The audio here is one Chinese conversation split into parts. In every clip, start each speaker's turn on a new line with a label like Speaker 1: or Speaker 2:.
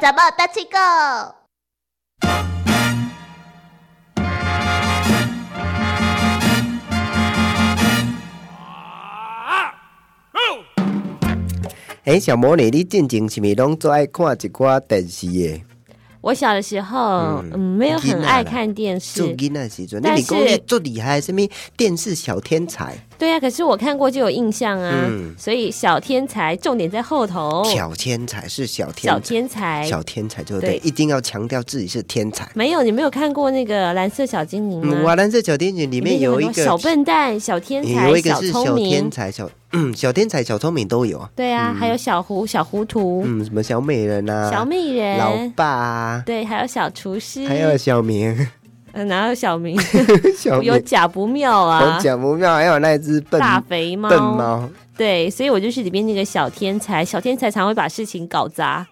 Speaker 1: 怎么大七狗？
Speaker 2: 诶、哎小魔女，你进前是毋是拢最爱看一寡电视诶？
Speaker 3: 我小的时候，嗯，没有很爱看电
Speaker 2: 做
Speaker 3: 视，
Speaker 2: 囡仔的时阵，
Speaker 3: 但
Speaker 2: 你讲你
Speaker 3: 是
Speaker 2: 做厉害，什物电视小天才、
Speaker 3: 对啊，可是我看过就有印象啊，
Speaker 2: 嗯
Speaker 3: 所以小天才重点在后头，
Speaker 2: 小天才是小天
Speaker 3: 哦小天才，
Speaker 2: 小天才就对，
Speaker 3: 对
Speaker 2: 一定要强调自己是天才。
Speaker 3: 没有你没有看过那个蓝色小精灵啊
Speaker 2: 嗯，
Speaker 3: 吗？
Speaker 2: 瓦兰这小天才里面有一
Speaker 3: 很多
Speaker 2: 个嗯
Speaker 3: 小笨蛋、小天才、
Speaker 2: 有一个
Speaker 3: 小
Speaker 2: 是
Speaker 3: 聪
Speaker 2: 小天
Speaker 3: 明，
Speaker 2: 才，小嗯小天才小聪明都有啊。
Speaker 3: 对啊，还有小糊、小糊涂、
Speaker 2: 嗯，什么小美人啊，
Speaker 3: 小美人，
Speaker 2: 老爸啊，
Speaker 3: 对，还有小厨师，
Speaker 2: 还有小明，
Speaker 3: 嗯，然后小明
Speaker 2: 小
Speaker 3: 有
Speaker 2: 明，
Speaker 3: 假不妙
Speaker 2: 我
Speaker 3: 啊，
Speaker 2: 讲不妙，还有那只笨
Speaker 3: 大肥猫，
Speaker 2: 笨猫，
Speaker 3: 对，所以我就是里面那个小天才，小天才常会把事情搞砸。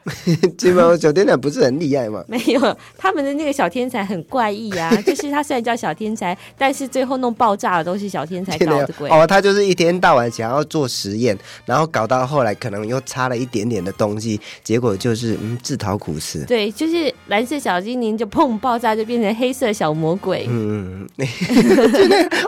Speaker 2: 金毛小天才不是很厉害吗？
Speaker 3: 没有，他们的那个小天才很怪异 啊，就是他虽然叫小天才，但是最后弄爆炸的都是小天才
Speaker 2: 真
Speaker 3: 搞
Speaker 2: 的
Speaker 3: 的鬼。
Speaker 2: 哦，他就是一天到晚想要做实验，然后搞到后来可能又差了一点点的东西，结果就是嗯自讨苦吃。
Speaker 3: 对，就是蓝色小精灵就砰爆炸，就变成黑色小魔鬼。
Speaker 2: 嗯，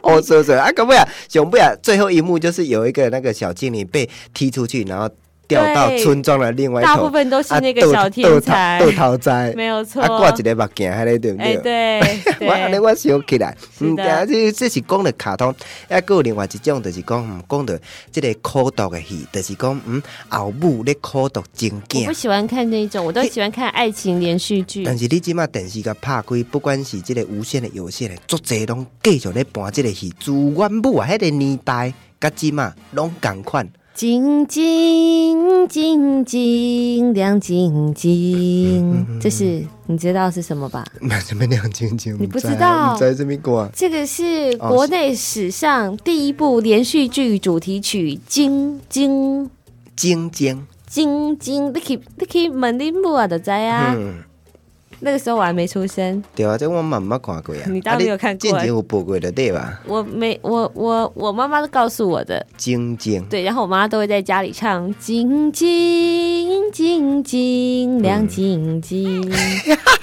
Speaker 2: 哦，是是啊，搞不了，熊不了。最后一幕就是有一个那个小精灵被踢出去，然后掉到
Speaker 3: 对
Speaker 2: 村庄的另外一
Speaker 3: 大部
Speaker 2: 头，
Speaker 3: 分都是
Speaker 2: 啊，
Speaker 3: 那个
Speaker 2: 豆
Speaker 3: 小天才，
Speaker 2: 豆桃豆桃栽，
Speaker 3: 没有错。
Speaker 2: 啊，挂一个目镜，还咧对不
Speaker 3: 哎，
Speaker 2: 对？
Speaker 3: 对
Speaker 2: 我安尼
Speaker 3: 对，
Speaker 2: 我想起来，
Speaker 3: 是
Speaker 2: 嗯，
Speaker 3: 的
Speaker 2: 啊，这这是讲的卡通，啊，还有另外一种就是讲，嗯，讲的这个苦毒的戏，就是讲，嗯，后母咧苦毒情
Speaker 3: 我不
Speaker 2: 感。
Speaker 3: 喜欢看那种，我都喜欢看爱情连续剧。
Speaker 2: 但是你即马电视甲拍开，不管是即个无线的、有线的，足侪拢继续咧播即个戏。自阮母啊，迄、个年代，甲即马拢共 款。
Speaker 3: 静静静静亮晶
Speaker 2: 嗯
Speaker 3: 晶，这是你知道是什么吧？
Speaker 2: 那什么亮晶晶？
Speaker 3: 你不
Speaker 2: 啊
Speaker 3: 知道
Speaker 2: 你知道什么歌啊？
Speaker 3: 这个是
Speaker 2: 哦
Speaker 3: 国内史上第一部连续剧主题曲《晶晶
Speaker 2: 晶晶，
Speaker 3: 晶晶》，你去你去问恁母啊就知啊。
Speaker 2: 嗯，
Speaker 3: 那个时候我还没出生，
Speaker 2: 对啊，这我嘛毋捌看过啊。
Speaker 3: 你当然没有看过
Speaker 2: 啊你之前有播过的对吧？
Speaker 3: 我没我我我妈妈都告诉我的。
Speaker 2: 晶晶。
Speaker 3: 对，然后我妈都会在家里唱“晶晶晶
Speaker 2: 嗯
Speaker 3: 晶亮晶 晶”，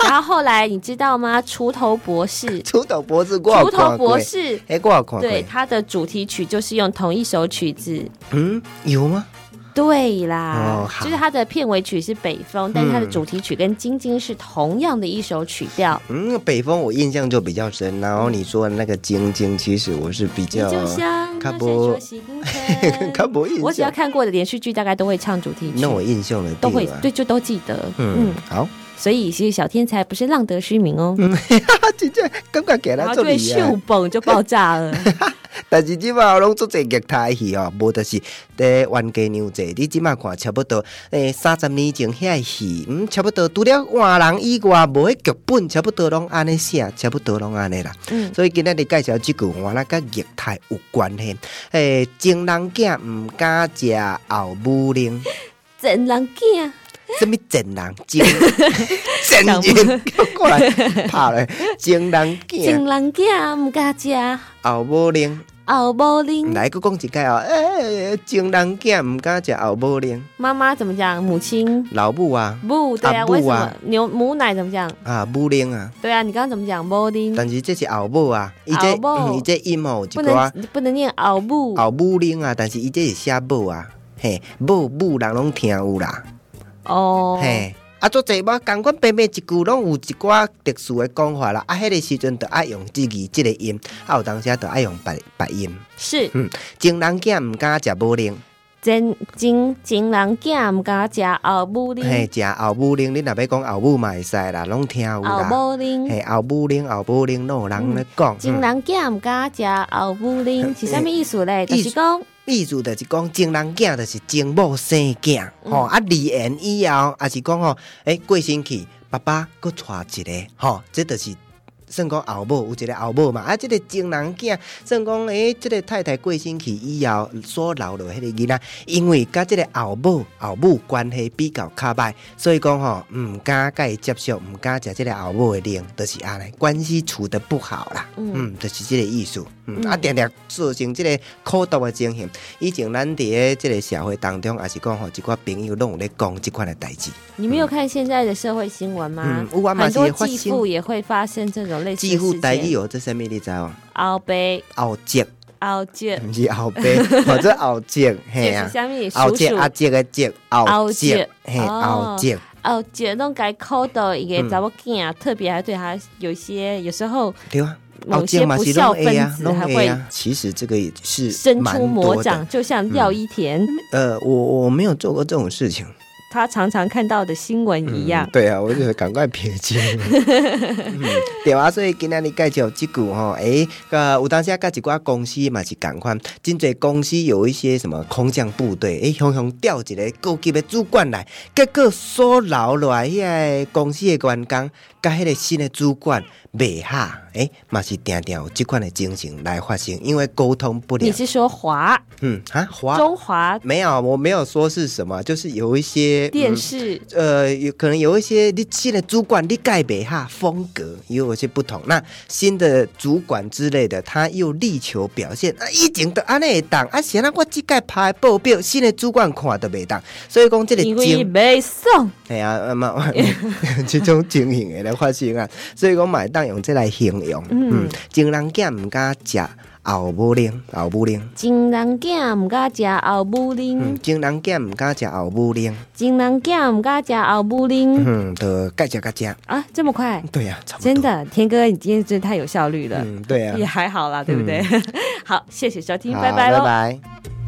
Speaker 3: 然后后来你知道吗？锄头博士，
Speaker 2: 出头博士，我有
Speaker 3: 锄头
Speaker 2: 看过
Speaker 3: 博。士，
Speaker 2: 哎，我有看过。
Speaker 3: 对，它的主题曲就是用同一首曲子。
Speaker 2: 嗯，有吗？
Speaker 3: 对啦
Speaker 2: 哦，好嗯
Speaker 3: 就是它的片尾曲是《北风》，但是它的主题曲跟《晶晶》是同样的一首曲调。
Speaker 2: 嗯，北风我印象就比较深。然后你说的那个晶晶，其实我是比
Speaker 3: 你
Speaker 2: 较
Speaker 3: 就像那
Speaker 2: 较
Speaker 3: 闪
Speaker 2: 无
Speaker 3: 烁星 辰
Speaker 2: 较无
Speaker 3: 我
Speaker 2: 印
Speaker 3: 只要
Speaker 2: 象。
Speaker 3: 看过的连续剧，大概都会唱主题曲
Speaker 2: 那，我印象的
Speaker 3: 都会
Speaker 2: 啊。
Speaker 3: 对，就都记得。
Speaker 2: 嗯
Speaker 3: 嗯，，
Speaker 2: 好，
Speaker 3: 所以其实小天才不是浪得虚名哦，
Speaker 2: 啊，真正感觉给
Speaker 3: 然
Speaker 2: 他
Speaker 3: 后就
Speaker 2: 做
Speaker 3: 会
Speaker 2: 厉
Speaker 3: 啊秀
Speaker 2: 害。
Speaker 3: 蹦就爆炸 了。
Speaker 2: 但是即马拢做侪虐待戏哦，无就是在冤家娘济。你即马看差不多诶三十年前遐的戏，嗯，差不多除了换人以外，无迄剧本差不多拢安尼写，差不多拢安尼啦。
Speaker 3: 嗯，
Speaker 2: 所以今日你介绍即句话啦，甲虐待有关系。诶、情人囝毋敢食后母奶，
Speaker 3: 真狼见，
Speaker 2: 什物情人 情情人过来拍咧， 情人
Speaker 3: 真
Speaker 2: 囝
Speaker 3: 狼见，唔敢食
Speaker 2: 后母奶，
Speaker 3: 后母奶。
Speaker 2: 来佫讲一解哦。诶、情人囝毋敢食后母奶，
Speaker 3: 妈妈怎么讲？母亲
Speaker 2: 老母啊
Speaker 3: 母对啊，
Speaker 2: 啊母啊
Speaker 3: 为什么牛母奶怎么讲？
Speaker 2: 啊母奶啊，
Speaker 3: 对啊，你刚刚怎么讲？母奶
Speaker 2: 但是这是后母啊，伊这
Speaker 3: 后母
Speaker 2: 嗯伊这音哦有一
Speaker 3: 不能
Speaker 2: 寡
Speaker 3: 不能念后母
Speaker 2: 后母奶啊，但是伊这是写母啊，嘿，母母人拢听有啦。
Speaker 3: 哦。
Speaker 2: 嘿，啊，做者嘛，共款平平一句，拢有一寡特殊的讲法啦。啊，迄个时阵就爱用即个即个音，啊，有当时就爱用白白音。
Speaker 3: 是
Speaker 2: 情人囝毋敢食母奶，
Speaker 3: 真真真人囝唔敢食后母奶
Speaker 2: 嘿，，食后母奶，你若要讲后母嘛会使啦，拢听
Speaker 3: 后
Speaker 2: 有啦。
Speaker 3: 母奶。
Speaker 2: 嘿，后母奶，后母奶，拢有人咧讲。
Speaker 3: 真
Speaker 2: 嗯
Speaker 3: 人囝唔敢食后母奶是啥物意思咧？就
Speaker 2: 意
Speaker 3: 是
Speaker 2: 思
Speaker 3: 讲。
Speaker 2: 意思就是讲，情人囝就是情某生囝，
Speaker 3: 嗯
Speaker 2: 吼、啊离缘啊以后，也是讲吼，诶、过身去，爸爸佫娶一个，吼、这就是算讲后母有一个后母嘛，啊，即、个情人囝算讲诶，即、个太太过身去以后所留落迄个囡仔，因为甲即个后母后母关系比较较歹，所以讲吼，毋敢甲伊接受，毋敢食即个后母的令，就是安尼，关系处得不好啦，
Speaker 3: 嗯
Speaker 2: 嗯就是即个意思，嗯，
Speaker 3: 嗯
Speaker 2: 啊，定定造成即个苦毒的情形。以前咱伫诶即个社会当中，也是讲吼，一寡朋友拢有咧讲即款的代志。
Speaker 3: 你没有看现在的社会新闻吗
Speaker 2: 嗯？有啊嘛
Speaker 3: 很
Speaker 2: 是
Speaker 3: 多
Speaker 2: 会发
Speaker 3: 继
Speaker 2: 生
Speaker 3: 父也会发生这种类似
Speaker 2: 几乎
Speaker 3: 的事
Speaker 2: 代志
Speaker 3: 件，
Speaker 2: 有这啥物你知无？
Speaker 3: 后背
Speaker 2: 后脊，
Speaker 3: 后接，
Speaker 2: 毋是后背， 或者后脊，嘿
Speaker 3: 就是
Speaker 2: 啊，
Speaker 3: 下面
Speaker 2: 后
Speaker 3: 叔
Speaker 2: 脊
Speaker 3: 叔
Speaker 2: 阿脊个脊，后
Speaker 3: 后
Speaker 2: 脊
Speaker 3: 脊，
Speaker 2: 嘿，
Speaker 3: 哦
Speaker 2: 后脊，
Speaker 3: 后接弄该抠到一个
Speaker 2: 嗯
Speaker 3: 查某囝，特别还对他有一些有时候
Speaker 2: 对啊。
Speaker 3: 某
Speaker 2: 脊
Speaker 3: 些
Speaker 2: 嘛
Speaker 3: 不
Speaker 2: 是
Speaker 3: 孝
Speaker 2: 拢会
Speaker 3: 分
Speaker 2: 啊，
Speaker 3: 子
Speaker 2: 拢
Speaker 3: 还
Speaker 2: 会
Speaker 3: 会
Speaker 2: 啊。其实这个也是
Speaker 3: 伸
Speaker 2: 蛮
Speaker 3: 出魔
Speaker 2: 多
Speaker 3: 掌，
Speaker 2: 的。
Speaker 3: 就像廖一田
Speaker 2: 呃，我我没有做过这种事情。
Speaker 3: 他常常看到的新闻一样
Speaker 2: 嗯。对啊，我就赶快撇 清、嗯对啊，所以今天你介绍这句吼，诶、呃，有当时啊，甲一寡公司嘛是共款，真侪公司有一些什么空降部队，诶、雄雄调一个高级的主管来，结果所留落来遐公司的员工，甲迄个新的主管袂合，诶、嘛是定定有即款的情形来发生，因为沟通不
Speaker 3: 你
Speaker 2: 良。
Speaker 3: 是说华
Speaker 2: 嗯啊，华
Speaker 3: 中华
Speaker 2: 没有，我没有说是什么，就是有一些
Speaker 3: 电
Speaker 2: 嗯
Speaker 3: 视？
Speaker 2: 呃，有可能有一些你新的主管你改变哈风格，也有一些不同。那新的主管之类的，他又力求表现啊，以前都安尼会当啊，现在我即届拍的报表，新的主管看都袂当，所以讲这个
Speaker 3: 因为
Speaker 2: 精
Speaker 3: 没送，
Speaker 2: 系啊，啊嘛， 即种情形会来发生啊，所以讲嘛会当用这来形容，
Speaker 3: 嗯
Speaker 2: 嗯，情人囝毋敢食后母奶，后母奶，
Speaker 3: 情人囝毋敢食后母
Speaker 2: 嗯
Speaker 3: 奶，，
Speaker 2: 情人囝毋敢食后母奶，
Speaker 3: 情人囝毋敢食后母奶
Speaker 2: 嗯，就该食该食，
Speaker 3: 啊！这么快，
Speaker 2: 对啊，差不多，
Speaker 3: 真，的，田哥，你今天真的太有效率了，
Speaker 2: 嗯，对啊 嗯
Speaker 3: 也。还好啦，对不对？好，谢谢收听，
Speaker 2: 好
Speaker 3: 拜拜
Speaker 2: 拜
Speaker 3: 喽。
Speaker 2: 拜。